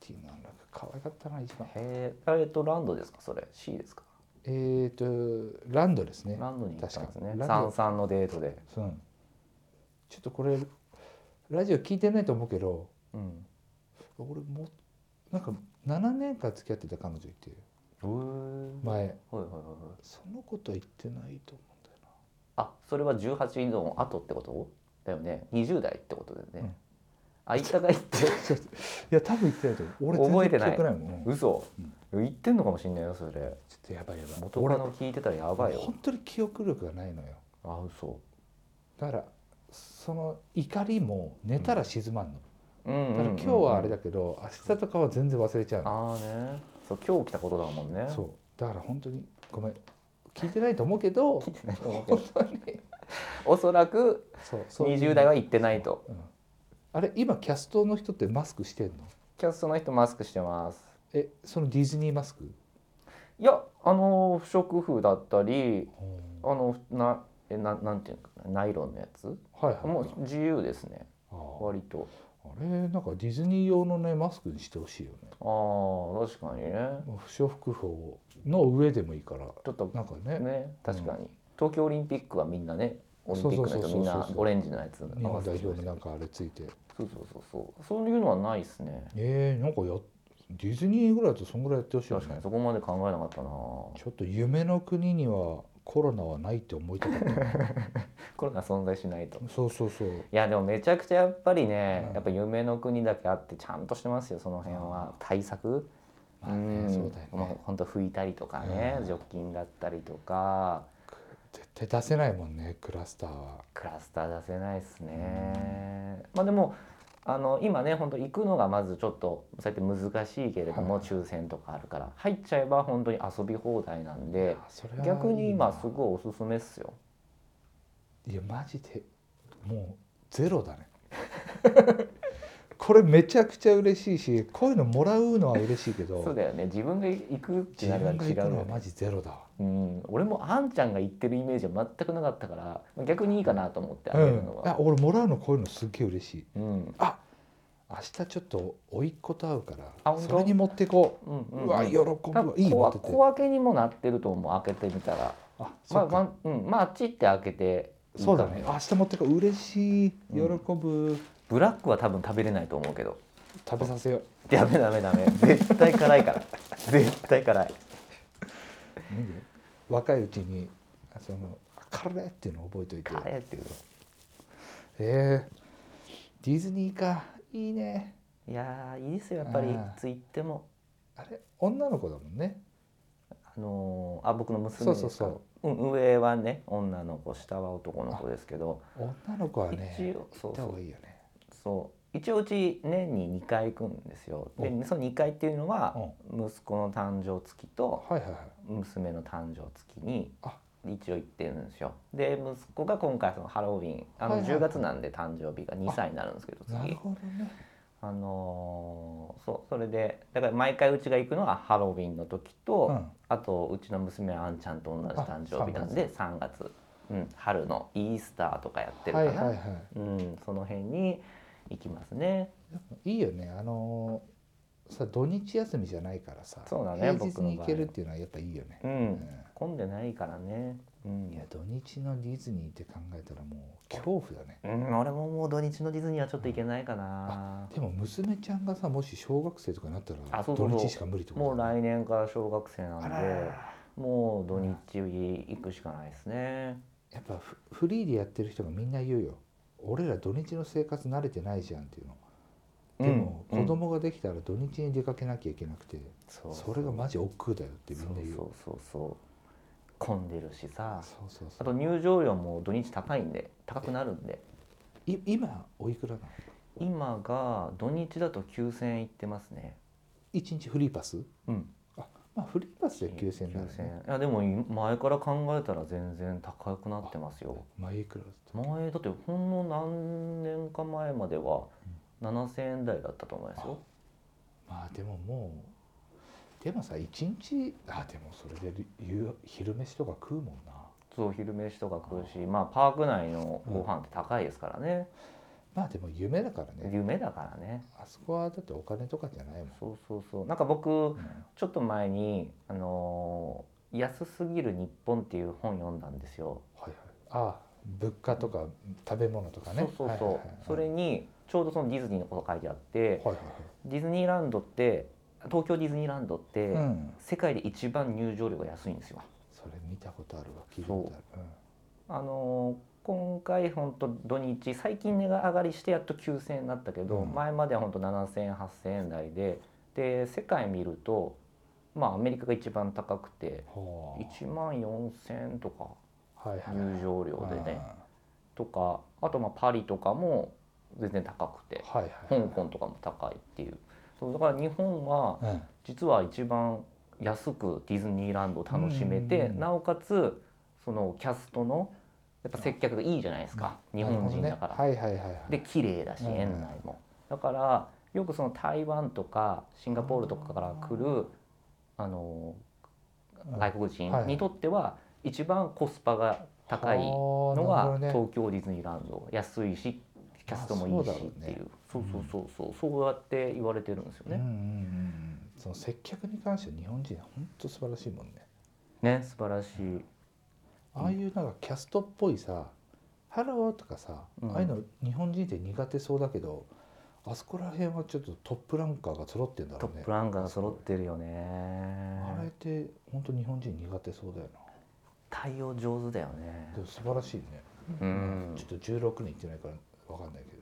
[SPEAKER 2] ていうのなんか可愛かったな一番
[SPEAKER 1] へええっとランドですかそれ C ですか
[SPEAKER 2] えっ、とランドですね
[SPEAKER 1] ランドに行ったんですね
[SPEAKER 2] 確かにランド
[SPEAKER 1] 三三のデートで
[SPEAKER 2] うんちょっとこれラジオ聞いてないと思うけど
[SPEAKER 1] うん
[SPEAKER 2] 俺もなんか7年間付き合ってた彼女いて
[SPEAKER 1] へえはい
[SPEAKER 2] 前
[SPEAKER 1] はいはいはい
[SPEAKER 2] そのこと言ってないと思うんだよな
[SPEAKER 1] あそれは18の後ってことだよね20代ってことだよね、
[SPEAKER 2] うん
[SPEAKER 1] あ行ったかいって
[SPEAKER 2] いや多分言ってないと思う俺
[SPEAKER 1] 覚えてない
[SPEAKER 2] 全然記憶ないもん、ち
[SPEAKER 1] <laughs>
[SPEAKER 2] ょ
[SPEAKER 1] 嘘、言ってんのかもしんないよそれ
[SPEAKER 2] っとやばいやばい
[SPEAKER 1] 元カノ聞いてたらやばい
[SPEAKER 2] 俺
[SPEAKER 1] よ
[SPEAKER 2] 本当に記憶力がないのよ
[SPEAKER 1] あ嘘
[SPEAKER 2] だからその怒りも寝たら静まんの、
[SPEAKER 1] うんうんう
[SPEAKER 2] だから
[SPEAKER 1] んうん
[SPEAKER 2] 今日はあれだけど、明日とかは全然忘れちゃうの
[SPEAKER 1] ああねそう今日来たことだもん <laughs> ね
[SPEAKER 2] そうだから本当にごめん聞いてないと思うけど
[SPEAKER 1] 聞いてないと思うけど
[SPEAKER 2] 本当に
[SPEAKER 1] おそらく
[SPEAKER 2] そうそういう
[SPEAKER 1] 20代は行ってないと
[SPEAKER 2] うんあれ今キャストの人ってマスクしてんの
[SPEAKER 1] キャストの人マスクしてます
[SPEAKER 2] えそのディズニーマスク
[SPEAKER 1] いやあの不織布だったりあのなえななんていうのかなナイロンのやつ
[SPEAKER 2] はいはい
[SPEAKER 1] もう自由ですね
[SPEAKER 2] あ
[SPEAKER 1] 割と
[SPEAKER 2] ああれなんかディズニー用のねマスクにしてほしいよね
[SPEAKER 1] ああ確かにね
[SPEAKER 2] もう不織布の上でもいいから
[SPEAKER 1] ちょっと
[SPEAKER 2] なんかね
[SPEAKER 1] ね確かに、東京オリンピックはみんなねオリンピックの
[SPEAKER 2] そうそうそ
[SPEAKER 1] 人
[SPEAKER 2] うそう
[SPEAKER 1] みんなオレンジのやつ
[SPEAKER 2] 日本代表になんかあれついて
[SPEAKER 1] そうそうそうそうそういうのはないですね
[SPEAKER 2] えー、なんかやディズニーぐらいだとそんぐらいやってほしいよ
[SPEAKER 1] 確か
[SPEAKER 2] ね
[SPEAKER 1] にそこまで考えなかったな
[SPEAKER 2] ちょっと夢の国にはコロナはないって思いたかった
[SPEAKER 1] コロナ存在しないと
[SPEAKER 2] <laughs> そうそうそう
[SPEAKER 1] いやでもめちゃくちゃやっぱりね、
[SPEAKER 2] うん
[SPEAKER 1] やっぱ夢の国だけあってちゃんとしてますよその辺は対策
[SPEAKER 2] まあね
[SPEAKER 1] ん
[SPEAKER 2] そうだよね
[SPEAKER 1] まあほんと拭いたりとかね、
[SPEAKER 2] うん
[SPEAKER 1] 除菌だったりとか
[SPEAKER 2] 絶対出せないもんねクラスターは
[SPEAKER 1] クラスター出せないですね、まあでもあの今ね本当行くのがまずちょっとそうやって難しいけれども、
[SPEAKER 2] はい
[SPEAKER 1] 抽選とかあるから入っちゃえば本当に遊び放題なんで
[SPEAKER 2] あそれはいいな
[SPEAKER 1] 逆に今すごいおすすめっすよ
[SPEAKER 2] いやマジでもうゼロだねこれめちゃくちゃ嬉しいしこういうのもらうのは嬉しいけ
[SPEAKER 1] そう
[SPEAKER 2] ど
[SPEAKER 1] だよね自分が行くってな
[SPEAKER 2] 自
[SPEAKER 1] る
[SPEAKER 2] 分
[SPEAKER 1] と
[SPEAKER 2] が
[SPEAKER 1] 違
[SPEAKER 2] 行
[SPEAKER 1] う
[SPEAKER 2] く
[SPEAKER 1] よ
[SPEAKER 2] のは
[SPEAKER 1] ね
[SPEAKER 2] マジゼロだわ
[SPEAKER 1] うん、俺もあんちゃんが言ってるイメージは全くなかったから逆にいいかなと思ってあ
[SPEAKER 2] う
[SPEAKER 1] げる
[SPEAKER 2] ん
[SPEAKER 1] の、
[SPEAKER 2] あ
[SPEAKER 1] は、
[SPEAKER 2] 俺もらうのこういうのすっげえ嬉しい
[SPEAKER 1] うんうん
[SPEAKER 2] あ明日ちょっと甥っ子と会うから
[SPEAKER 1] あ本当
[SPEAKER 2] それに持ってこ
[SPEAKER 1] うん
[SPEAKER 2] う、う
[SPEAKER 1] うん、
[SPEAKER 2] わ喜ぶわ
[SPEAKER 1] 多分
[SPEAKER 2] いい
[SPEAKER 1] 小
[SPEAKER 2] 持っ
[SPEAKER 1] わ
[SPEAKER 2] てて
[SPEAKER 1] 小分けにもなってると思う開けてみたら
[SPEAKER 2] あそ
[SPEAKER 1] まあ
[SPEAKER 2] うか、
[SPEAKER 1] まあうんまああっち行って開けていいか
[SPEAKER 2] そ
[SPEAKER 1] も
[SPEAKER 2] うだねあ明日持ってこう嬉しい喜ぶ、
[SPEAKER 1] うブラックは多分食べれないと思うけど
[SPEAKER 2] 食べさせよ
[SPEAKER 1] ダメダメダメ絶対辛いから絶対辛いう
[SPEAKER 2] いいね若いうちにあそのあカレーっていうのを覚えておいて
[SPEAKER 1] 辛いっていう
[SPEAKER 2] えー、ディズニーかいいね
[SPEAKER 1] いやーいいですよやっぱり
[SPEAKER 2] あ
[SPEAKER 1] い
[SPEAKER 2] ー
[SPEAKER 1] つ行っても
[SPEAKER 2] あれ女の子だもんね
[SPEAKER 1] あのーあ僕の娘ですか
[SPEAKER 2] そうそう
[SPEAKER 1] そう、うん、上はね女の子下は男の子ですけど
[SPEAKER 2] 女の子はね
[SPEAKER 1] 一応そう
[SPEAKER 2] 行っ
[SPEAKER 1] そ
[SPEAKER 2] た方
[SPEAKER 1] う
[SPEAKER 2] がいいよね
[SPEAKER 1] そ一応うち年に2回行くんですよでその2回っていうのは息子の誕生月と
[SPEAKER 2] はいはいはい
[SPEAKER 1] 娘の誕生月に
[SPEAKER 2] あ
[SPEAKER 1] 一応行ってるんですよで息子が今回そのハロウィンあ
[SPEAKER 2] はい
[SPEAKER 1] の
[SPEAKER 2] はいはい
[SPEAKER 1] 10月なんで誕生日が2歳になるんですけど次
[SPEAKER 2] なるほどね
[SPEAKER 1] あのーそうそれでだから毎回うちが行くのはハロウィンの時と、
[SPEAKER 2] うん
[SPEAKER 1] あとうちの娘はあんちゃんと同じ誕生日なん
[SPEAKER 2] あ
[SPEAKER 1] で3月、うん、春のイースターとかやってる
[SPEAKER 2] は
[SPEAKER 1] か
[SPEAKER 2] い
[SPEAKER 1] な、
[SPEAKER 2] はいは
[SPEAKER 1] うん、その辺に行きますね
[SPEAKER 2] いいいよねあのーさ土日休みじゃないからさ
[SPEAKER 1] そうだね
[SPEAKER 2] 平日
[SPEAKER 1] 僕の
[SPEAKER 2] に
[SPEAKER 1] 場合
[SPEAKER 2] 行けるっていうのはやっぱいいよね
[SPEAKER 1] う、
[SPEAKER 2] うんん
[SPEAKER 1] 混んでないからねうん
[SPEAKER 2] いや土日のディズニーって考えたらもう恐怖だね
[SPEAKER 1] うん、俺ももう土日のディズニーはちょっと行けないかな、
[SPEAKER 2] でも娘ちゃんがさもし小学生とかになったら
[SPEAKER 1] あそうそうそう
[SPEAKER 2] 土日しか無理ってこと
[SPEAKER 1] もう
[SPEAKER 2] だね
[SPEAKER 1] 来年から小学生なん
[SPEAKER 2] あ
[SPEAKER 1] で
[SPEAKER 2] らら
[SPEAKER 1] もう土日行くしかないですね
[SPEAKER 2] やっぱフフリーでやってる人がみんな言うよ俺ら土日の生活慣れてないじゃんっていうのでも
[SPEAKER 1] うん
[SPEAKER 2] 子供ができたら土日に出かけなきゃいけなくて、
[SPEAKER 1] そう
[SPEAKER 2] それがマジ億劫だよってみ
[SPEAKER 1] そ
[SPEAKER 2] んな
[SPEAKER 1] う
[SPEAKER 2] 言う
[SPEAKER 1] そうそうそう混んでるしさ
[SPEAKER 2] そうそうそ
[SPEAKER 1] あ
[SPEAKER 2] う
[SPEAKER 1] と入場料も土日高いんで高くなるんで
[SPEAKER 2] い今おいくらなの
[SPEAKER 1] 今が土日だと9000円いってますね
[SPEAKER 2] 一日フリーパス
[SPEAKER 1] うん
[SPEAKER 2] あまあフリーパスで9000円だよ
[SPEAKER 1] 9000
[SPEAKER 2] ね
[SPEAKER 1] 円いやでも前から考えたら全然高くなってますよ
[SPEAKER 2] 前いくらだった
[SPEAKER 1] 前だってほんの何年か前までは7000円台だったと思いますよ
[SPEAKER 2] まあでももうでもさ一日あでもそれで夕昼飯とか食うもんな
[SPEAKER 1] そう昼飯とか食うしまあパーク内のご飯って高いですからね
[SPEAKER 2] まあでも夢だからね
[SPEAKER 1] 夢だからね
[SPEAKER 2] あそこはだってお金とかじゃないもん、
[SPEAKER 1] そうそうそうなんか僕
[SPEAKER 2] うん
[SPEAKER 1] ちょっと前に、あのー安すぎる日本」っていう本読んだんですよ。
[SPEAKER 2] はいはい、ああ物価とか食べ物とかね
[SPEAKER 1] そうそうそう、
[SPEAKER 2] はいはいはい、
[SPEAKER 1] それにちょうどそのディズニーのこと書いてあって、
[SPEAKER 2] はいは
[SPEAKER 1] ディズニーランドって東京ディズニーランドって、
[SPEAKER 2] いはい、うん、
[SPEAKER 1] 世界で一番入場料が安いんですよ。
[SPEAKER 2] それ見たことあるわ聞いたことある
[SPEAKER 1] あのー今回本当土日最近値が上がりしてやっと9,000円になったけど、
[SPEAKER 2] うん
[SPEAKER 1] 前までは本当7,000円8,000円台でで世界見るとまあアメリカが一番高くて
[SPEAKER 2] うん、は
[SPEAKER 1] 1万4,000円とか
[SPEAKER 2] あはいはい
[SPEAKER 1] 入場料でね
[SPEAKER 2] あ
[SPEAKER 1] とかあとまあパリとかも全然高くて
[SPEAKER 2] あはい
[SPEAKER 1] 香
[SPEAKER 2] はい、
[SPEAKER 1] 港とかも高いっていうそうだから日本は
[SPEAKER 2] うん、
[SPEAKER 1] 実は一番安くディズニーランドを楽しめ
[SPEAKER 2] うんう
[SPEAKER 1] て
[SPEAKER 2] んうん
[SPEAKER 1] なおかつそのキャストのやっぱ接客がいいじゃないですか日本人だか
[SPEAKER 2] な
[SPEAKER 1] ら。
[SPEAKER 2] るほどね、はいはいはいはい
[SPEAKER 1] で綺麗だし
[SPEAKER 2] うんうん
[SPEAKER 1] 園内も。だからよくその台湾とかシンガポールとかから来るあの
[SPEAKER 2] うん
[SPEAKER 1] 外国人
[SPEAKER 2] はい
[SPEAKER 1] にとっては一番コスパが高いの
[SPEAKER 2] はあなるほ
[SPEAKER 1] が
[SPEAKER 2] どね
[SPEAKER 1] 東京ディズニーランド安いしキャストもいいしっていうそう
[SPEAKER 2] そうだ
[SPEAKER 1] そ
[SPEAKER 2] ろうね
[SPEAKER 1] うそうそうそうやって言われてるんですよ
[SPEAKER 2] うんう
[SPEAKER 1] ね。
[SPEAKER 2] んうんうんその接客に関しては日本人は本当素晴らしいもんね
[SPEAKER 1] ね素晴らしい。
[SPEAKER 2] ああいうなんかキャストっぽいさ「ハロー」とかさ、
[SPEAKER 1] うん
[SPEAKER 2] ああいうの日本人って苦手そうだけどあそこら辺はちょっとトップランカーが揃ってんだ
[SPEAKER 1] ト
[SPEAKER 2] ろう
[SPEAKER 1] ッ
[SPEAKER 2] ね
[SPEAKER 1] プランカーが揃ってるよ
[SPEAKER 2] あれっ
[SPEAKER 1] ね。
[SPEAKER 2] て本当日本人苦手そうだよな
[SPEAKER 1] 対応上手だよね
[SPEAKER 2] で。も素晴らしいね、
[SPEAKER 1] うん
[SPEAKER 2] ちょっと16年行ってないから分かんないけど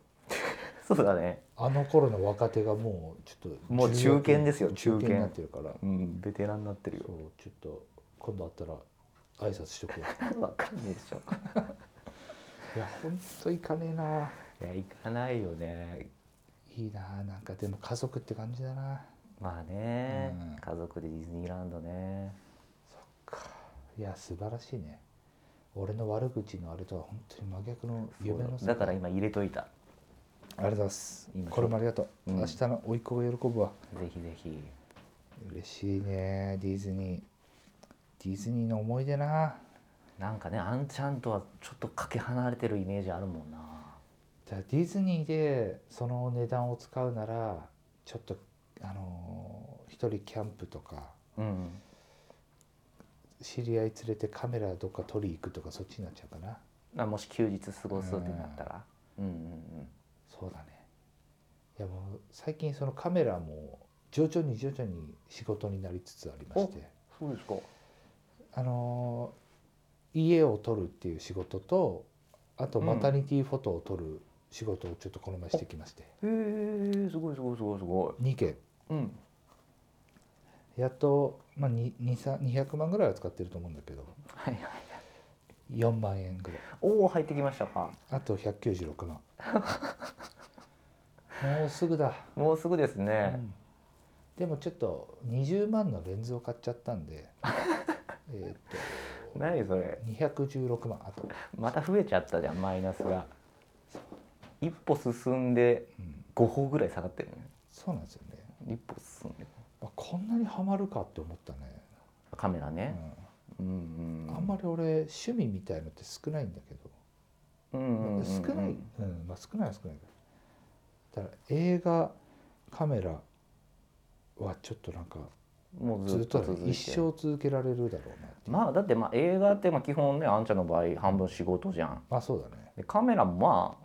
[SPEAKER 1] そうだね。
[SPEAKER 2] あの頃の若手がもうちょっと
[SPEAKER 1] もう中堅ですよ中
[SPEAKER 2] 中
[SPEAKER 1] 堅
[SPEAKER 2] 堅になってるから
[SPEAKER 1] うんベテランになってる
[SPEAKER 2] そ。うちょっと今度会ったら挨拶しとく
[SPEAKER 1] <laughs>
[SPEAKER 2] わ
[SPEAKER 1] わかんないでしょ。
[SPEAKER 2] いや本当行かねえない
[SPEAKER 1] や行かないよね。
[SPEAKER 2] いいななんかでも家族って感じだな
[SPEAKER 1] まあね
[SPEAKER 2] うん
[SPEAKER 1] 家族でディズニーランドね。
[SPEAKER 2] いや素晴らしいね俺の悪口のあれとは本当に真逆の夢の
[SPEAKER 1] だから
[SPEAKER 2] あり
[SPEAKER 1] 今入れといた。
[SPEAKER 2] がとうございます
[SPEAKER 1] 今
[SPEAKER 2] これもありがとう、
[SPEAKER 1] うん
[SPEAKER 2] 明日の甥っ子が喜ぶわ
[SPEAKER 1] ぜひぜひ。
[SPEAKER 2] 嬉しいねディズニーディズニーの思い出な
[SPEAKER 1] なんかねあんちゃんとはちょっとかけ離れてるイメージあるもんな。
[SPEAKER 2] だからディズニーでその値段を使うならちょっとあのー一人キャンプとか
[SPEAKER 1] うん。
[SPEAKER 2] 知り合い連れてカメラどっか撮りに行くとかそっちになっちゃうかな
[SPEAKER 1] あもし休日過ごすってなったら。うんうんうん。
[SPEAKER 2] そうだねいやもう最近そのカメラも徐々に徐々に仕事になりつつありまして
[SPEAKER 1] そうですか。
[SPEAKER 2] あのー家を撮るっていう仕事とあと
[SPEAKER 1] うん
[SPEAKER 2] マタニティフォトを撮る仕事をちょっとこの前してきまして、
[SPEAKER 1] へえすごいすごいすごいすご
[SPEAKER 2] 2件
[SPEAKER 1] い。うん。
[SPEAKER 2] やっと、まあ、ににさ200万ぐらいは使ってると思うんだけど
[SPEAKER 1] はいはい。
[SPEAKER 2] 4万円ぐらい
[SPEAKER 1] <laughs> おお入ってきましたか。
[SPEAKER 2] あと196万もうすぐだ、
[SPEAKER 1] もうすぐです
[SPEAKER 2] う
[SPEAKER 1] ね。
[SPEAKER 2] んでもちょっと20万のレンズを買っちゃったん
[SPEAKER 1] <laughs>
[SPEAKER 2] でえーっ
[SPEAKER 1] 何それ。
[SPEAKER 2] と216万あと、
[SPEAKER 1] また増えちゃったじゃんマイナスが。一歩進んで
[SPEAKER 2] うん
[SPEAKER 1] 5歩ぐらい下がってるね。
[SPEAKER 2] そうなんですよね、
[SPEAKER 1] 一歩進んで。
[SPEAKER 2] まあ、こんなにハマるかって思ったね、
[SPEAKER 1] カメラ
[SPEAKER 2] う
[SPEAKER 1] ね。うん
[SPEAKER 2] ん
[SPEAKER 1] うん。
[SPEAKER 2] あんまり俺趣味みたいのって少ないんだけど、
[SPEAKER 1] うんうんうんうん。
[SPEAKER 2] 少ない、うんまあ、少ないは少ないけどだから映画カメラはちょっとなんか
[SPEAKER 1] もう
[SPEAKER 2] ず
[SPEAKER 1] ず
[SPEAKER 2] っ
[SPEAKER 1] っ
[SPEAKER 2] と
[SPEAKER 1] と
[SPEAKER 2] だね
[SPEAKER 1] 続いて。
[SPEAKER 2] 一生続けられるだろうなっていう
[SPEAKER 1] まあだってまあ映画ってまあ基本ねあんちゃんの場合半分仕事じゃん。
[SPEAKER 2] まあそうだね
[SPEAKER 1] でカメラもまあ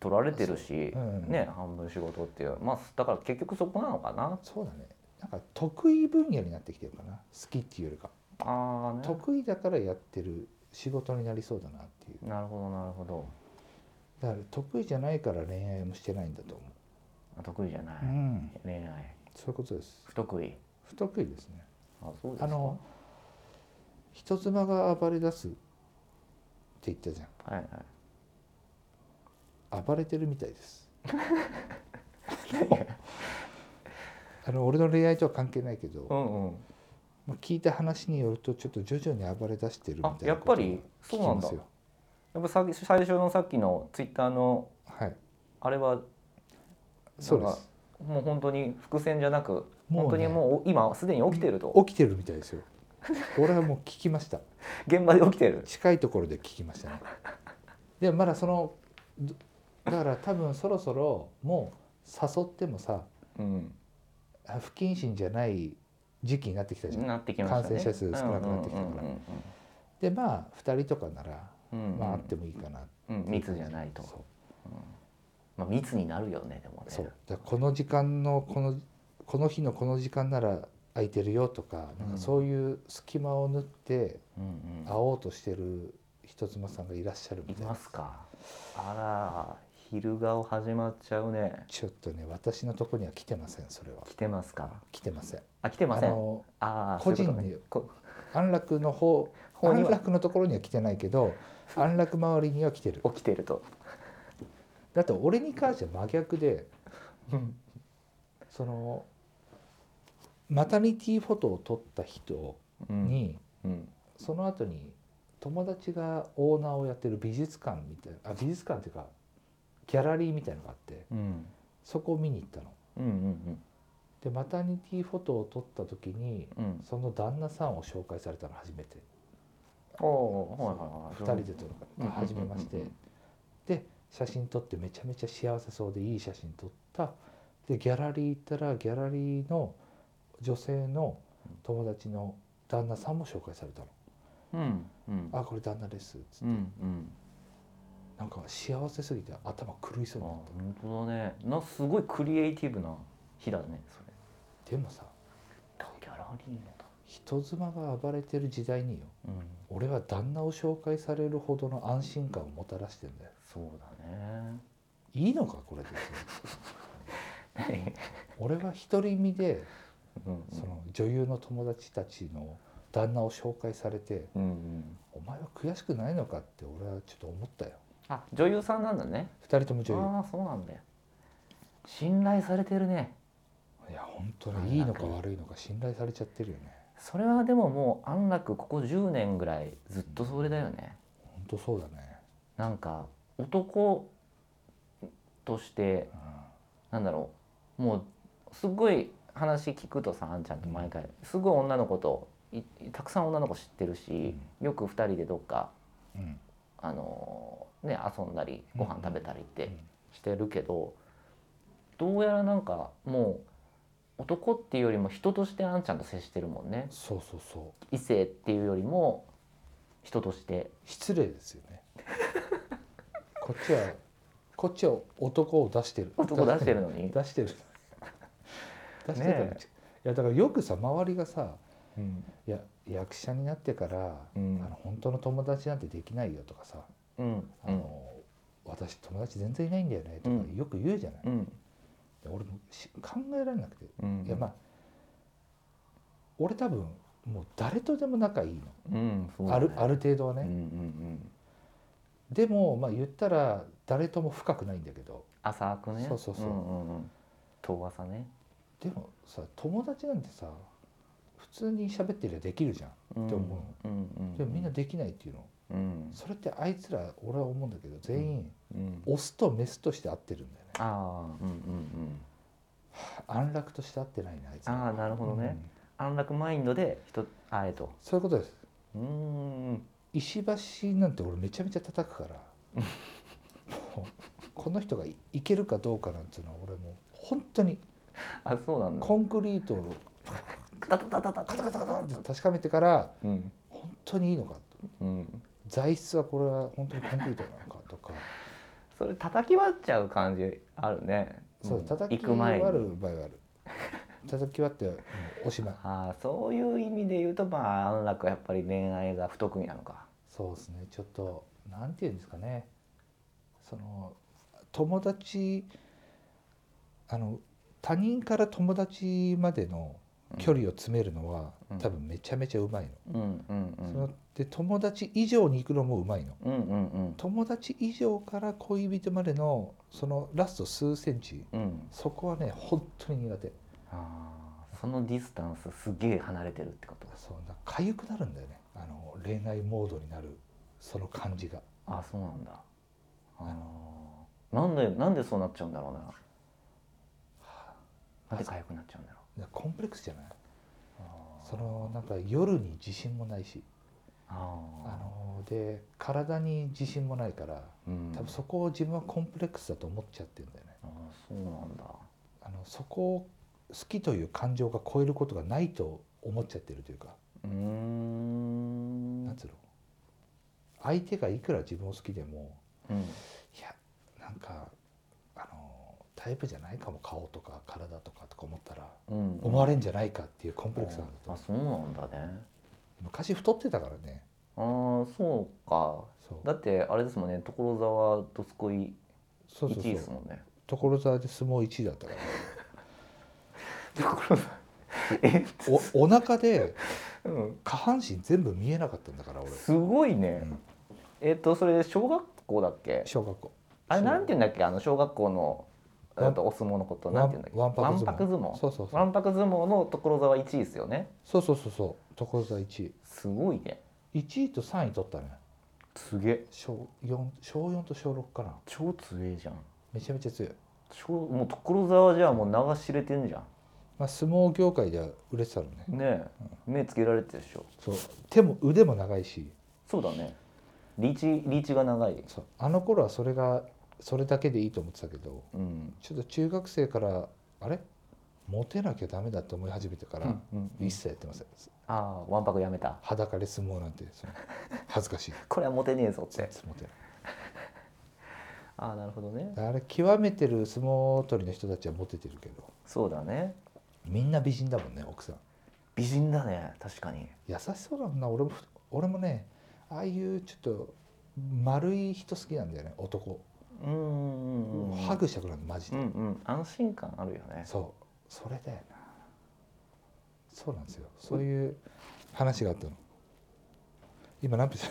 [SPEAKER 1] 撮られてるし、
[SPEAKER 2] そううん
[SPEAKER 1] ね半分仕事っていうまあだから結局そこなのかな。
[SPEAKER 2] そうだねなんか得意分野になってきてるかな好きっていうよりか、
[SPEAKER 1] ああね。
[SPEAKER 2] 得意だからやってる仕事になりそうだなっていう
[SPEAKER 1] なるほどなるほど。
[SPEAKER 2] だから得意じゃないから恋愛もしてないんだと思
[SPEAKER 1] あ得意じゃない。
[SPEAKER 2] う、ん、
[SPEAKER 1] 恋愛
[SPEAKER 2] そういうことです
[SPEAKER 1] 不得意。
[SPEAKER 2] 不得意ですね
[SPEAKER 1] あそうですか。
[SPEAKER 2] あの人妻が暴れ出すって言ったじゃん
[SPEAKER 1] はいはい。
[SPEAKER 2] 暴れてるみたいです。あの俺の恋愛とは関係ないけど、
[SPEAKER 1] うんうん。
[SPEAKER 2] まあ聞いた話によるとちょっと徐々に暴れ出してるみたいな
[SPEAKER 1] あやっぱりそ
[SPEAKER 2] こと
[SPEAKER 1] う
[SPEAKER 2] が
[SPEAKER 1] な
[SPEAKER 2] 聞き
[SPEAKER 1] ん
[SPEAKER 2] ま
[SPEAKER 1] だ
[SPEAKER 2] す。よ
[SPEAKER 1] やっぱさ最初のさっきのツイッターの
[SPEAKER 2] はい、
[SPEAKER 1] あれは
[SPEAKER 2] そうです。
[SPEAKER 1] もう本当に伏線じゃなく、
[SPEAKER 2] もうね
[SPEAKER 1] 本当にもう今すでに起きてると
[SPEAKER 2] 起きてるみたい <laughs> ですよ。俺はもう聞きました。
[SPEAKER 1] 現場で起きてる。
[SPEAKER 2] 近いところで聞きましたね。でもまだそのどだから多分そろそろもう誘ってもさ
[SPEAKER 1] うん。
[SPEAKER 2] あ不謹慎じゃない時期になってきたじゃん。
[SPEAKER 1] なってきましたね。
[SPEAKER 2] 感染者数少なくなってきたから
[SPEAKER 1] うんうん
[SPEAKER 2] でまあ2人とかなら、
[SPEAKER 1] うんうんうん
[SPEAKER 2] まああってもいいかなって
[SPEAKER 1] うん密じゃないと。
[SPEAKER 2] そう
[SPEAKER 1] まあ密になるよねでもね。
[SPEAKER 2] そうだからこの時間のこのこの日のこの時間なら空いてるよとかなんかそういう隙間を縫って
[SPEAKER 1] うんうん
[SPEAKER 2] 会おうとしてる人妻さんがいらっしゃるみ
[SPEAKER 1] い
[SPEAKER 2] たいな
[SPEAKER 1] ますか。あら昼顔始まっちゃうね。
[SPEAKER 2] ちょっとね私のとこには来てませんそれは
[SPEAKER 1] 来てますか。
[SPEAKER 2] 来てません
[SPEAKER 1] あ来てま
[SPEAKER 2] あ
[SPEAKER 1] せん。
[SPEAKER 2] の
[SPEAKER 1] ああ
[SPEAKER 2] 個人
[SPEAKER 1] そういうことねこ
[SPEAKER 2] 安楽の方
[SPEAKER 1] 方に
[SPEAKER 2] 安
[SPEAKER 1] は
[SPEAKER 2] 楽のところには来てないけど安楽周りには来てる
[SPEAKER 1] 起きてると。
[SPEAKER 2] だって俺に関しては真逆でそのマタニティフォトを撮った人
[SPEAKER 1] うん
[SPEAKER 2] に、
[SPEAKER 1] うん
[SPEAKER 2] その後に友達がオーナーをやってる美術館みたいなあ美術館っていうかギャラリーみたいのがあって
[SPEAKER 1] うん
[SPEAKER 2] そこを見に行ったの。
[SPEAKER 1] うんうん
[SPEAKER 2] でマタニティフォトを撮った時に
[SPEAKER 1] うんうん。
[SPEAKER 2] その旦那さんを紹介されたの初めて
[SPEAKER 1] おおはい
[SPEAKER 2] 2
[SPEAKER 1] はいはい。
[SPEAKER 2] 人で撮る
[SPEAKER 1] うんうんうんうん
[SPEAKER 2] 初めましてで写真撮ってめちゃめちゃ幸せそうでいい写真撮ったでギャラリー行ったらギャラリーの女性の友達の旦那さんも紹介されたの
[SPEAKER 1] うんうん
[SPEAKER 2] 「あこれ旦那です」つって
[SPEAKER 1] うんうん。
[SPEAKER 2] なんか幸せすぎて頭狂い
[SPEAKER 1] あ
[SPEAKER 2] そうになっ
[SPEAKER 1] 本当だね。なすごいクリエイティブな日だねそれ。
[SPEAKER 2] たでもさ
[SPEAKER 1] ギャラリーのだ。
[SPEAKER 2] 人妻が暴れてる時代によ
[SPEAKER 1] うん
[SPEAKER 2] 俺は旦那を紹介されるほどの安心感をもたらしてんだよ
[SPEAKER 1] そうだね。
[SPEAKER 2] いいのか
[SPEAKER 1] <laughs>
[SPEAKER 2] これで俺は独り身で
[SPEAKER 1] うん
[SPEAKER 2] その女優の友達たちの旦那を紹介されて
[SPEAKER 1] うんうん。
[SPEAKER 2] お前は悔しくないのかって俺はちょっと思ったよ
[SPEAKER 1] あ女優さんなんだね。
[SPEAKER 2] 2人とも女
[SPEAKER 1] ああそうなんだよ。信頼されてるね。
[SPEAKER 2] 優いや本当にいいのか悪いのか信頼されちゃってるよね
[SPEAKER 1] それはでももう安楽ここ10年ぐらいずっとそれだよね。
[SPEAKER 2] 本当そうだね、
[SPEAKER 1] なんか男として
[SPEAKER 2] うん
[SPEAKER 1] なんだろうもうすごい話聞くとさあんちゃんと毎回すごい女の子といたくさん女の子知ってるしよく2人でどっか、
[SPEAKER 2] うん
[SPEAKER 1] あのーね、遊んだりご飯食べたりっ
[SPEAKER 2] う
[SPEAKER 1] て
[SPEAKER 2] ん
[SPEAKER 1] してるけど、どうやらなんかもう男っていうよりも人としてあんちゃんと接してるもんね
[SPEAKER 2] そうそうそう
[SPEAKER 1] 異性っていうよりも人として
[SPEAKER 2] 失礼ですよ
[SPEAKER 1] <laughs>
[SPEAKER 2] ねこっちはこっちは男を出してる
[SPEAKER 1] 男出してるのに。
[SPEAKER 2] 出してる出してるから、
[SPEAKER 1] ね
[SPEAKER 2] いやだからよくさ周りがさ
[SPEAKER 1] うん
[SPEAKER 2] いや役者になってから、
[SPEAKER 1] うん
[SPEAKER 2] あの本当の友達なんてできないよとかさ、
[SPEAKER 1] うん
[SPEAKER 2] あの私友達全然いないんだよねとか
[SPEAKER 1] うん
[SPEAKER 2] よく言うじゃない、
[SPEAKER 1] うん
[SPEAKER 2] で俺もし考えられなくて、
[SPEAKER 1] うん
[SPEAKER 2] いやまあ俺多分もう誰とでも仲いいの、
[SPEAKER 1] うんそうだ
[SPEAKER 2] あ
[SPEAKER 1] ね
[SPEAKER 2] るある程度はね、
[SPEAKER 1] うんうん
[SPEAKER 2] でもまあ言ったら誰とも深くないんだけど
[SPEAKER 1] 浅くね
[SPEAKER 2] そうそうそうん
[SPEAKER 1] うんうん、遠浅ね、
[SPEAKER 2] でもさ友達なんてさ普通に喋ってりゃできるじゃ
[SPEAKER 1] う
[SPEAKER 2] ん
[SPEAKER 1] ん、
[SPEAKER 2] って思
[SPEAKER 1] う、んうん、
[SPEAKER 2] でもみんなできないっていうの
[SPEAKER 1] うん、
[SPEAKER 2] それってあいつら俺は思うんだけど全員
[SPEAKER 1] うん、
[SPEAKER 2] オスとメスとして合ってるんだよね
[SPEAKER 1] ああうんうんうん
[SPEAKER 2] 安楽として合ってないねあいつら
[SPEAKER 1] ああなるほどね、
[SPEAKER 2] うん
[SPEAKER 1] 安楽マインドで人あえと
[SPEAKER 2] そういうことです
[SPEAKER 1] うーん
[SPEAKER 2] 石橋なんて俺めちゃめちゃ叩くからもうこの人がいいけるかどうかなんていうのは俺もう本当に
[SPEAKER 1] あそうなんだ
[SPEAKER 2] コンクリートを
[SPEAKER 1] タタタタタ
[SPEAKER 2] カ
[SPEAKER 1] タ
[SPEAKER 2] タカタカタって確かめてから
[SPEAKER 1] うん
[SPEAKER 2] 本当にいいのかと
[SPEAKER 1] うん
[SPEAKER 2] 材質はこれは本当にコンクリートなのかとか
[SPEAKER 1] それ叩き割っちゃう感じあるね
[SPEAKER 2] そう
[SPEAKER 1] うん
[SPEAKER 2] 叩
[SPEAKER 1] 行
[SPEAKER 2] き
[SPEAKER 1] く前
[SPEAKER 2] 割
[SPEAKER 1] に
[SPEAKER 2] る場合はある叩き割ってもうおしまい
[SPEAKER 1] ああそういう意味で言うとまあ安楽はやっぱり恋愛が不得意なのか
[SPEAKER 2] そうですねちょっとなんていうんですかねその友達あの他人から友達までの距離を詰めるのは、
[SPEAKER 1] うん
[SPEAKER 2] 多分めちゃめちゃうまいの。
[SPEAKER 1] うんうんう
[SPEAKER 2] そ
[SPEAKER 1] ん
[SPEAKER 2] ので友達以上に行くのもうまいの。
[SPEAKER 1] うんうんうん
[SPEAKER 2] 友達以上から恋人までのそのラスト数センチ
[SPEAKER 1] うん
[SPEAKER 2] そこはね本当に苦手
[SPEAKER 1] ああそのディスタンスすげえ離れてるってこと
[SPEAKER 2] そんな痒くなるんだよねあの恋愛モードになるその感じが
[SPEAKER 1] ああそうなんだああなんでなんでそうなっちゃうんだろうななんで痒くなっちゃうんだろ
[SPEAKER 2] コンプレックスじゃないうそのなんか夜に自信もないし
[SPEAKER 1] あ
[SPEAKER 2] あ
[SPEAKER 1] あ
[SPEAKER 2] ので体に自信もないから
[SPEAKER 1] うん
[SPEAKER 2] 多分そこを自分はコンプレックスだと思っちゃってるんだよね
[SPEAKER 1] ああそうなんだ
[SPEAKER 2] あのそこを好きという感情が超えることがないと思っちゃってるというか
[SPEAKER 1] うーん
[SPEAKER 2] なんつうの相手がいくら自分を好きでも
[SPEAKER 1] うん
[SPEAKER 2] いやなんかあのタイプじゃないかも顔とか体とかとか思ったら
[SPEAKER 1] うん
[SPEAKER 2] 思われんじゃないかっていうコンプレックスがあるんだと
[SPEAKER 1] あ
[SPEAKER 2] 思う
[SPEAKER 1] そうなんだね
[SPEAKER 2] 昔太ってたからね
[SPEAKER 1] ああそうか
[SPEAKER 2] そう
[SPEAKER 1] だってあれですもんね所沢どすこい
[SPEAKER 2] そうそう
[SPEAKER 1] 1位で
[SPEAKER 2] そ
[SPEAKER 1] す
[SPEAKER 2] う
[SPEAKER 1] もんね
[SPEAKER 2] 所沢で相撲1位だったから
[SPEAKER 1] 所沢え <laughs>
[SPEAKER 2] おお腹で
[SPEAKER 1] うん
[SPEAKER 2] 下半身全部見えなかったんだから俺、
[SPEAKER 1] すごいね
[SPEAKER 2] うん
[SPEAKER 1] えっとそれ小学校だっけ
[SPEAKER 2] 小学校
[SPEAKER 1] あれ
[SPEAKER 2] そう
[SPEAKER 1] なんて言うんだっけあの小学校の
[SPEAKER 2] わ
[SPEAKER 1] あ
[SPEAKER 2] ん
[SPEAKER 1] とお相撲のこと
[SPEAKER 2] わ
[SPEAKER 1] なん
[SPEAKER 2] ん
[SPEAKER 1] て言うんだっけ
[SPEAKER 2] わんぱく相
[SPEAKER 1] わ
[SPEAKER 2] 撲
[SPEAKER 1] んぱく相撲
[SPEAKER 2] そうそうそ
[SPEAKER 1] わ
[SPEAKER 2] うん
[SPEAKER 1] ぱく相撲の所沢1位ですよね
[SPEAKER 2] そうそうそうそう所沢1
[SPEAKER 1] すごいね
[SPEAKER 2] 位1位と3位取ったね
[SPEAKER 1] すげえ
[SPEAKER 2] 小4小4と小6かな
[SPEAKER 1] 超強えじゃん
[SPEAKER 2] めちゃめちゃ強い、
[SPEAKER 1] 超もう所沢じゃもう名が知れてんじゃ
[SPEAKER 2] まあ、相撲業界では売れてたのね
[SPEAKER 1] んねえ目つけられてるでしょ
[SPEAKER 2] そう手も腕も長いし
[SPEAKER 1] そうだねリーチリーチが長い
[SPEAKER 2] そうあの頃はそれがそれだけでいいと思ってたけど
[SPEAKER 1] うん
[SPEAKER 2] ちょっと中学生からあれモテなきゃダメだって思い始めてから、
[SPEAKER 1] うん
[SPEAKER 2] 一切やってません
[SPEAKER 1] ああわんぱくやめた
[SPEAKER 2] 裸で相撲なんてその恥ずかしい
[SPEAKER 1] これはモテ <laughs> ねえぞっ
[SPEAKER 2] 全
[SPEAKER 1] て
[SPEAKER 2] 然モテない
[SPEAKER 1] ああなるほどね
[SPEAKER 2] あれ極めてる相撲取りの人たちはモテてるけど
[SPEAKER 1] そうだね
[SPEAKER 2] みんな美人だもんね奥さん
[SPEAKER 1] 美人だね確かに
[SPEAKER 2] 優しそうだもんな俺も俺もねああいうちょっと丸い人好きなんだよね男、
[SPEAKER 1] うんうんうん
[SPEAKER 2] ハグしたくなるのマジ
[SPEAKER 1] う
[SPEAKER 2] で、
[SPEAKER 1] んうん安心感あるよね
[SPEAKER 2] そうそれだよなそうなんですよそういう話があったの今何分じゃ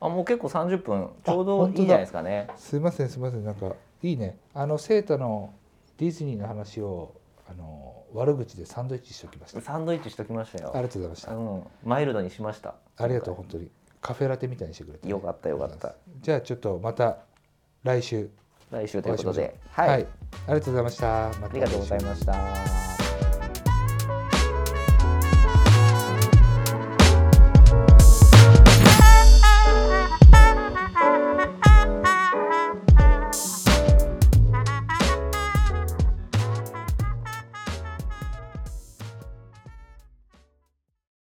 [SPEAKER 1] あもう結構30分ちょう
[SPEAKER 2] あ
[SPEAKER 1] どい
[SPEAKER 2] 本
[SPEAKER 1] い
[SPEAKER 2] 当だ
[SPEAKER 1] じゃないですかね
[SPEAKER 2] すいませんすいませんなんかいいねあの生徒のディズニーの話をあの悪口でサンドイッチしておきましたあ
[SPEAKER 1] サンドイッチしときましたよ
[SPEAKER 2] りがとうございました
[SPEAKER 1] うん、マイルドにしました
[SPEAKER 2] ありがとう本当にカフェラテみたいにしてくれて、
[SPEAKER 1] よかったよかった
[SPEAKER 2] じゃあちょっとまた来週
[SPEAKER 1] 来週
[SPEAKER 2] お
[SPEAKER 1] とい
[SPEAKER 2] 会
[SPEAKER 1] う
[SPEAKER 2] いし
[SPEAKER 1] こと
[SPEAKER 2] ましょう
[SPEAKER 1] ではい、
[SPEAKER 2] ありがとうございましたまた
[SPEAKER 1] ありがとうござい
[SPEAKER 2] 来週
[SPEAKER 1] ました